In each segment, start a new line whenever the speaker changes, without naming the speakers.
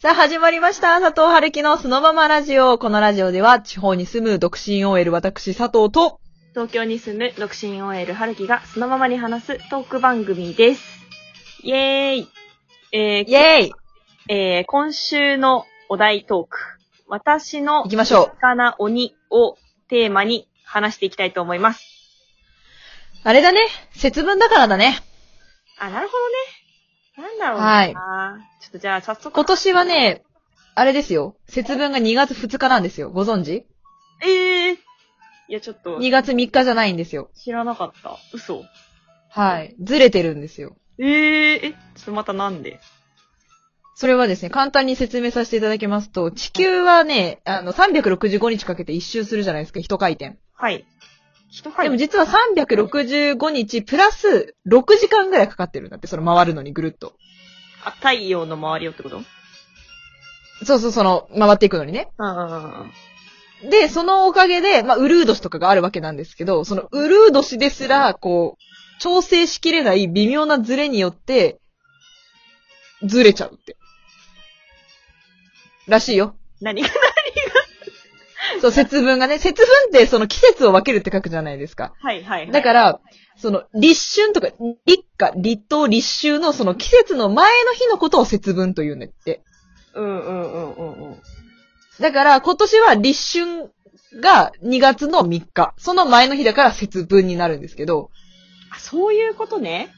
さあ、始まりました。佐藤春樹のそのままラジオ。このラジオでは、地方に住む独身 OL 私佐藤と、
東京に住む独身 OL 春樹がそのままに話すトーク番組です。イエーイえー
イェーイ
えー今週のお題トーク。私の
行きましょう。
魚鬼をテーマに話していきたいと思います。
あれだね。節分だからだね。
あ、なるほどね。なんだろうな、
はい
ちょっとじゃあ早速。
今年はね、あれですよ。節分が2月2日なんですよ。ご存知
えー、いやちょっと
?2 月3日じゃないんですよ。
知らなかった。嘘。
はい。ずれてるんですよ。
えー、え、ちょっとまたなんで
それはですね、簡単に説明させていただきますと、地球はね、あの、365日かけて一周するじゃないですか、一回転。
はい。人入
でも
る。
実は365日プラス6時間ぐらいかかってるんだって、その回るのにぐるっと。
あ、太陽の周りをってことうん
そうそう、その、回っていくのにね。
うんうんうん。
で、そのおかげで、まあ、ウルード氏とかがあるわけなんですけど、そのウルード氏ですら、こう、調整しきれない微妙なズレによって、ズレちゃうって。らしいよ。
何が
そう、節分がね、節分ってその季節を分けるって書くじゃないですか。
はいはいはい。
だから、その、立春とか、立夏、立冬、立秋のその季節の前の日のことを節分というんだって。
うんうんうんうんうん。
だから、今年は立春が2月の3日。その前の日だから節分になるんですけど、
あ、そういうことね。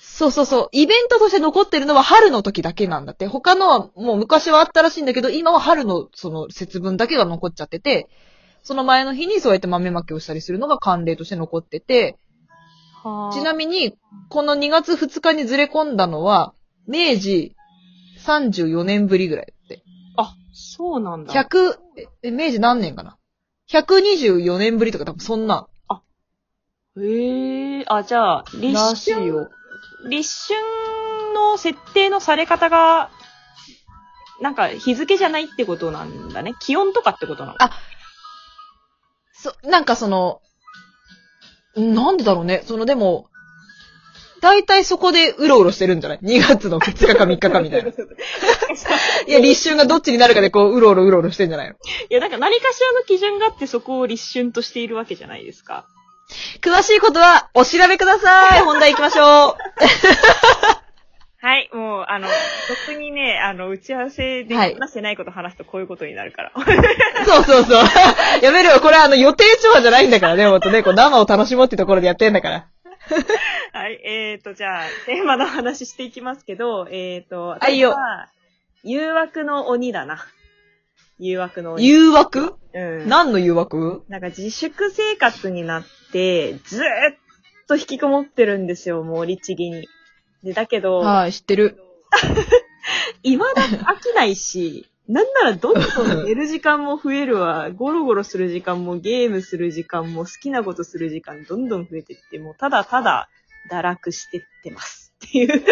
そうそうそう、イベントとして残ってるのは春の時だけなんだって。他のはもう昔はあったらしいんだけど、今は春のその節分だけが残っちゃってて、その前の日にそうやって豆まきをしたりするのが慣例として残ってて、
は
ちなみに、この2月2日にずれ込んだのは、明治34年ぶりぐらいだって。
あ、そうなんだ。
100、え、明治何年かな ?124 年ぶりとか多分そんな。
へえ。あ、じゃあ、立
らしい
春、
よ。
立春の設定のされ方が、なんか日付じゃないってことなんだね。気温とかってことなの
あそ、なんかその、なんでだろうね。そのでも、大体そこでうろうろしてるんじゃない ?2 月の2日か3日かみ たいな。いや、立春がどっちになるかでこう、うろうろうろうろしてんじゃないの
いや、なんか何かしらの基準があってそこを立春としているわけじゃないですか。
詳しいことはお調べくださ い。本題行きましょう。
はい、もう、あの、特にね、あの、打ち合わせで
はい
話してないこと話すとこういうことになるから。
そうそうそう。 やめるよ。これはあの予定調和じゃないんだからね。ほんとね、こう生を楽しもうってところでやってんだから。
はい、えーと、じゃあ、テーマの話していきますけど、えーと、
はいよ
私は誘惑の鬼だな。誘惑の鬼。
誘惑
うん。な
何の誘惑
んか自粛生活になって、ずーっと引きこもってるんですよ、もう、律儀に。で、だけど、
はい、知ってる。
未だに飽きないし、なんならどんどん寝る時間も増えるわ、ゴロゴロする時間も、ゲームする時間も、好きなことする時間どんどん増えてって、もうただただ堕落してってます。っていう。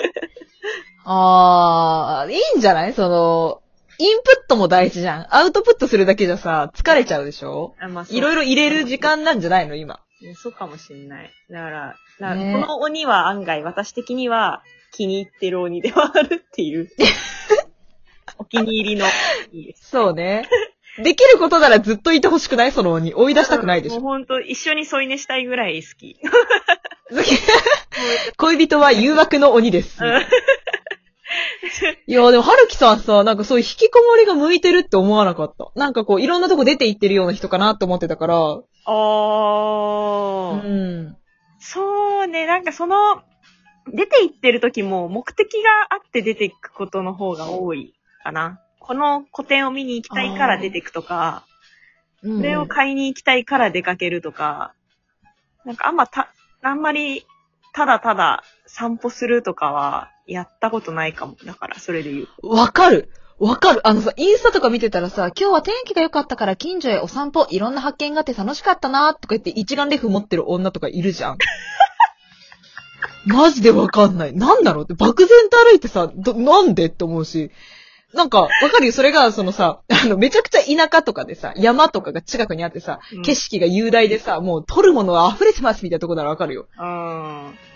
あー、いいんじゃないその、インプットも大事じゃん。アウトプットするだけじゃさ、疲れちゃうでしょ
あまあそう
いろいろ入れる時間なんじゃないの今。
ねそうかもしんない。だから、な
ね
この鬼は案外私的には気に入ってる鬼ではあるっ ていう。お気に入りの鬼です。
そう ね。できることならずっといてほしくないその鬼。追い出したくないでし ょ。
もうほんと、一緒に添い寝したいぐらい好き。
恋人は誘惑の鬼です。いや、でも、はるきさんさ、なんかそういう引きこもりが向いてるって思わなかった。なんかこう、いろんなとこ出て行ってるような人かなって思ってたから。
あ
う
ー。
ん。
そうね、なんかその、出て行ってる時も目的があって出ていくことの方が多いかな。この個展を見に行きたいから出てくとか。
こ
これを買いに行きたいから出かけるとか、なんかあんまた、あんまり、ただただ散歩するとかは、やったことないかも。だから、それで言う。
わかる。わかる。あのさ、インスタとか見てたらさ、今日は天気が良かったから近所へお散歩、いろんな発見があって楽しかったなとか言って一眼レフ持ってる女とかいる じゃん。マジでわかんない。なんだろうって、漠然と歩いてさ、ど、なんでって思うし。なんか、わかるよ。それが、そのさ、あの、めちゃくちゃ田舎とかでさ、山とかが近くにあってさ、
うん
景色が雄大でさ、もう撮るものは溢れてますみたいなとこならわかるよ。
うん。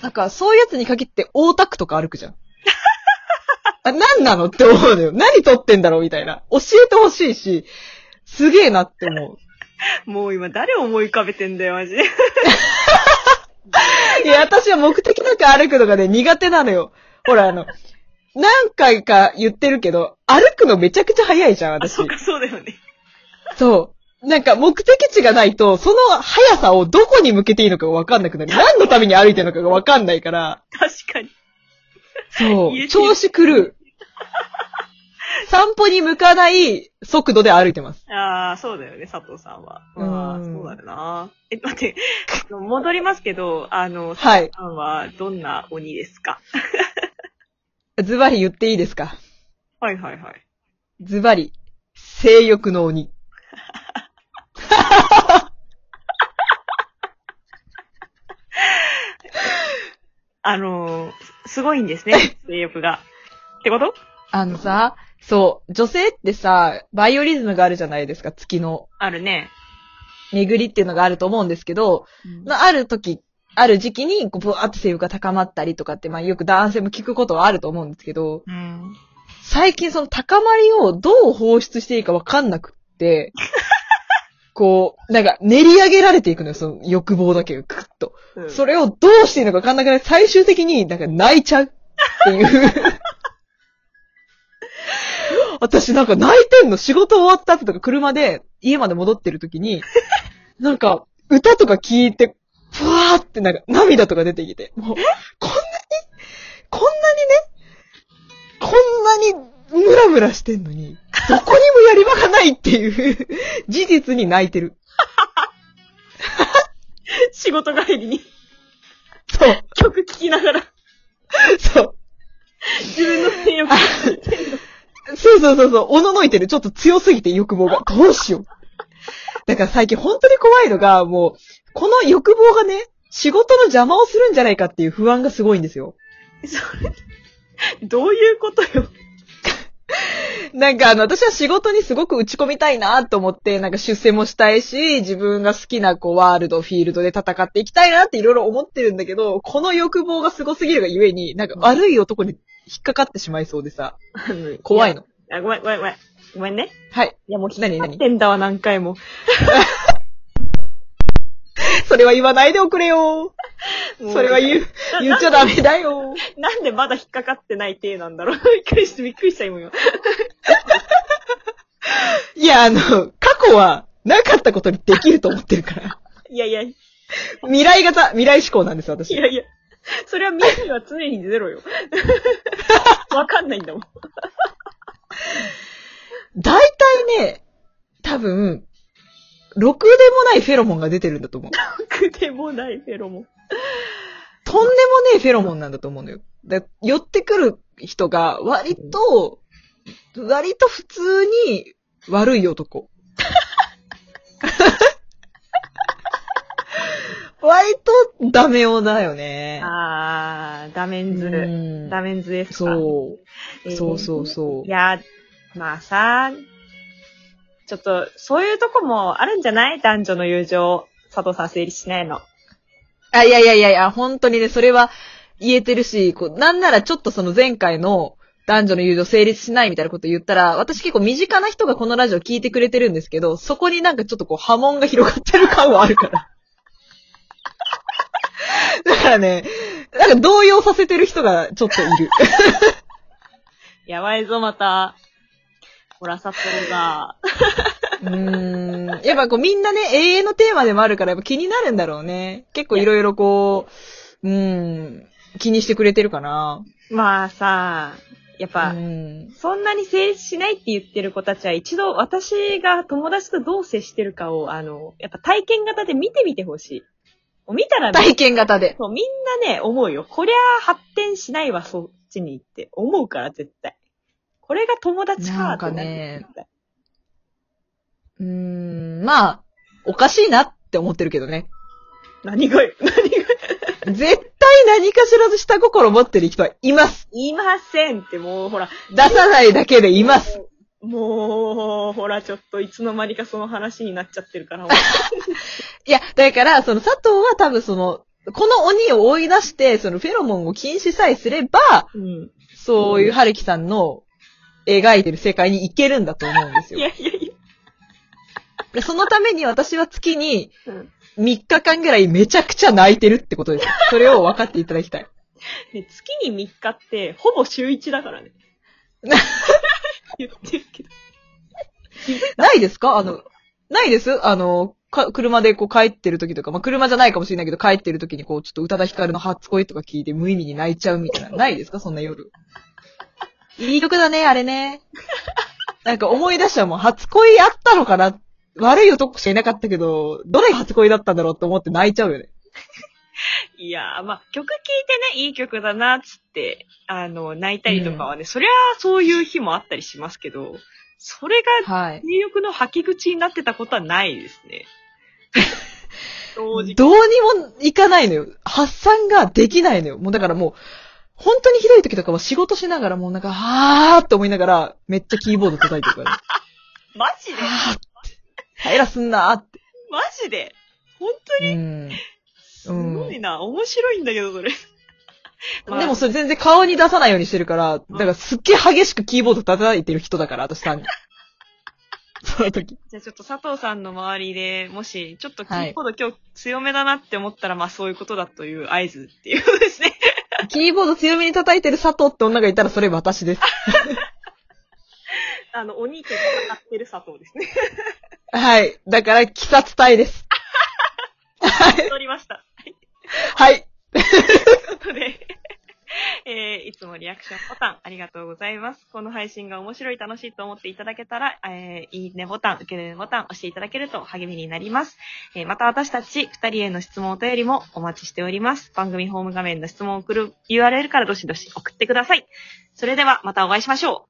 なんか、そういうやつに限って、大田区とか歩くじゃん。 あ、なんなのって思うのよ。何撮ってんだろうみたいな。教えてほしいし、すげえなって思う。
もう今誰思い浮かべてんだよ、マジで。
いや、私は目的なく歩くのがね、苦手なのよ。ほら、あの、何回か言ってるけど、歩くのめちゃくちゃ早いじゃん、
あ、
私
そっ。か、そうだよね。
そう。なんか目的地がないと、その速さをどこに向けていいのかがわかんなくなる。何のために歩いてるのかがわかんないから、
確かに。
そ
言えて
う。
る
調子狂う。散歩に向かない速度で歩いてます。
ああ、そうだよね、佐藤さんは。
うん
ああ、そうだよな。え、待って、あの戻りますけど、あの、佐
はい
藤。さんはどんな鬼ですか
ズバリ言っていいですか
はいはいはい。
ズバリ、性欲の鬼。
あの、すごいんですね、性欲が。ってこと
あのさ、そう、女性ってさ、バイオリズムがあるじゃないですか、月の
あるね。
巡りっていうのがあると思うんですけど、まあ、ある時、ある時期に、こう、ブワーって性欲が高まったりとかって、まあ、よく男性も聞くことはあると思うんですけど、
うん。
最近その高まりをどう放出していいかわかんなくって、こう、なんか練り上げられていくのよ、その欲望だけが、クッと。
うん
それをどうしていいのかわかんなくなり、最終的になんか泣いちゃうっていう。私なんか泣いてんの仕事終わった後とか車で家まで戻ってる時に、なんか歌とか聞いて、ふわーってなんか涙とか出てきて、もう、こんなに、こんなにね、こんなにムラムラしてんのに、どこにもやり場がないっていう事実に泣いてる。
仕事帰りに
そう、
曲聴きながら、
そう。
自分の 性欲
そうそうそうそう、おののいてる。ちょっと強すぎて欲望が。 どうしよう。だから最近本当に怖いのが、もう、この欲望がね、仕事の邪魔をするんじゃないかっていう不安がすごいんですよ。
それ、どういうことよ。
なんかあの、私は仕事にすごく打ち込みたいなと思って、なんか出世もしたいし、自分が好きなこうワールド、フィールドで戦っていきたいなっていろいろ思ってるんだけど、この欲望がすごすぎるがゆえに、なんか悪い男に引っかかってしまいそうでさ、怖いの。
あ。ごめん、ごめん、ごめん。ごめんね。
はい。
いや、もう
何
なっ
何
てんだわ、何回も。
それは言わないでおくれよ。
も
それは言う、言っちゃダメだよ。
なんでまだ引っかかってない体なんだろう。 びっくりして、びっくりした、今。今
いや、あの、過去はなかったことにできると思ってるから。
いやいや、い
未来型、未来思考なんです、私。
やいや。それは未来は常に ゼロよ。わかんないんだもん。
大体ね、多分、ろくでもないフェロモンが出てるんだと思う。
くでもないフェロモン。
とんでもねえフェロモンなんだと思うのよ。で寄ってくる人が、割と、割と普通に悪い男。割とダメ男だよね。
あー、ダメ
う
ンズ。
ん
ダメンズですか。
そう。
えー
そうそうそう
いや、まあさ、ちょっと、そういうとこもあるんじゃない男女の友情。佐藤さん整理しないの。
あ、いやいやいやいや、本当にね、それは言えてるし、こう、なんならちょっとその前回の男女の友情成立しないみたいなこと言ったら、私結構身近な人がこのラジオ聞いてくれてるんですけど、そこになんかちょっとこう波紋が広がってる感はある から。だからね、なんか動揺させてる人がちょっといる。
やばいぞ、また。ほら、佐藤が。
うーん。やっぱこうみんなね、永遠のテーマでもあるから、やっぱ気になるんだろうね。結構いろいろこう、うーん、気にしてくれてるかな。
まあさ、やっぱ、
うん。
そんなに成立しないって言ってる子たちは一度私が友達とどう接してるかを、あの、やっぱ体験型で見てみてほしい。もう見たらね、
体験型で。
そうみんなね、思うよ。こりゃ発展しないわ、そっちに行って。思うから、絶対。これが友達か
なん
って
か
なる
ね
絶対
うーん、まあ、おかしいなって思ってるけどね。
何がよ、 何がよ
絶対何かしらず下心持ってる人はいます。
言いませんって、もうほら、
出さないだけでいます。
もう、ほら、ちょっといつの間にかその話になっちゃってるから。
いや、だから、その佐藤は多分その、この鬼を追い出して、そのフェロモンを禁止さえすれば、
うん。
そういう春樹さんの描いてる世界に行けるんだと思うんです
い
よ。
やいやい
でそのために私は月に
や、うん
3日間ぐらいめちゃくちゃ泣いてるってことですよ。それを分かっていただきたい。
ね月に3日って、ほぼ週1だから ね。言ってるけど。
ないですかあの、ないですあの、か車でこう帰ってる時とか、まあ、車じゃないかもしれないけど、帰ってる時にこう、ちょっと宇多田ヒカルの初恋とか聞いて無意味に泣いちゃうみたいな。ないですかそんな夜。いい曲だね、あれね。なんか思い出したらもう初恋あったのかな悪い男しかいなかったけど、どれが初恋だったんだろうと思って泣いちゃうよね。
いやー、まあ、曲聴いてね、いい曲だな、つって、あの、泣いたりとかはね、そりゃあそういう日もあったりしますけど、それが
はい。
入浴の吐き口になってたことはないですね。正直。
どうにもいかないのよ。発散ができないのよ。もうだからもう、本当にひどい時とかは仕事しながらもうなんか、あーって思いながら、めっちゃキーボード叩いてる から、ね。
マジで
あーって。平らすんなーって。
マジで本当に
うん。
すごいな。面白いんだけど、それ。 まあ
でもそれ全然顔に出さないようにしてるから、だからすっげえ激しくキーボード叩いてる人だから、私さん に。その時。
じゃあちょっと佐藤さんの周りでもし、ちょっとキーボード今日強めだなって思ったら、まあそういうことだという合図っていうことですね。
キーボード強めに叩いてる佐藤って女がいたらそれ私です。
あの、お兄ちゃんが買ってる佐藤ですね。
はい。だから、鬼殺隊です。
取りました。
はい。
ということで。 えーいつもリアクションボタンありがとうございます。この配信が面白い、楽しいと思っていただけたら、えーいいねボタン、受けるボタン押していただけると励みになります。えーまた私たち二人への質問お便りもお待ちしております。番組ホーム画面の質問を送る URL からどしどし送ってください。それではまたお会いしましょう。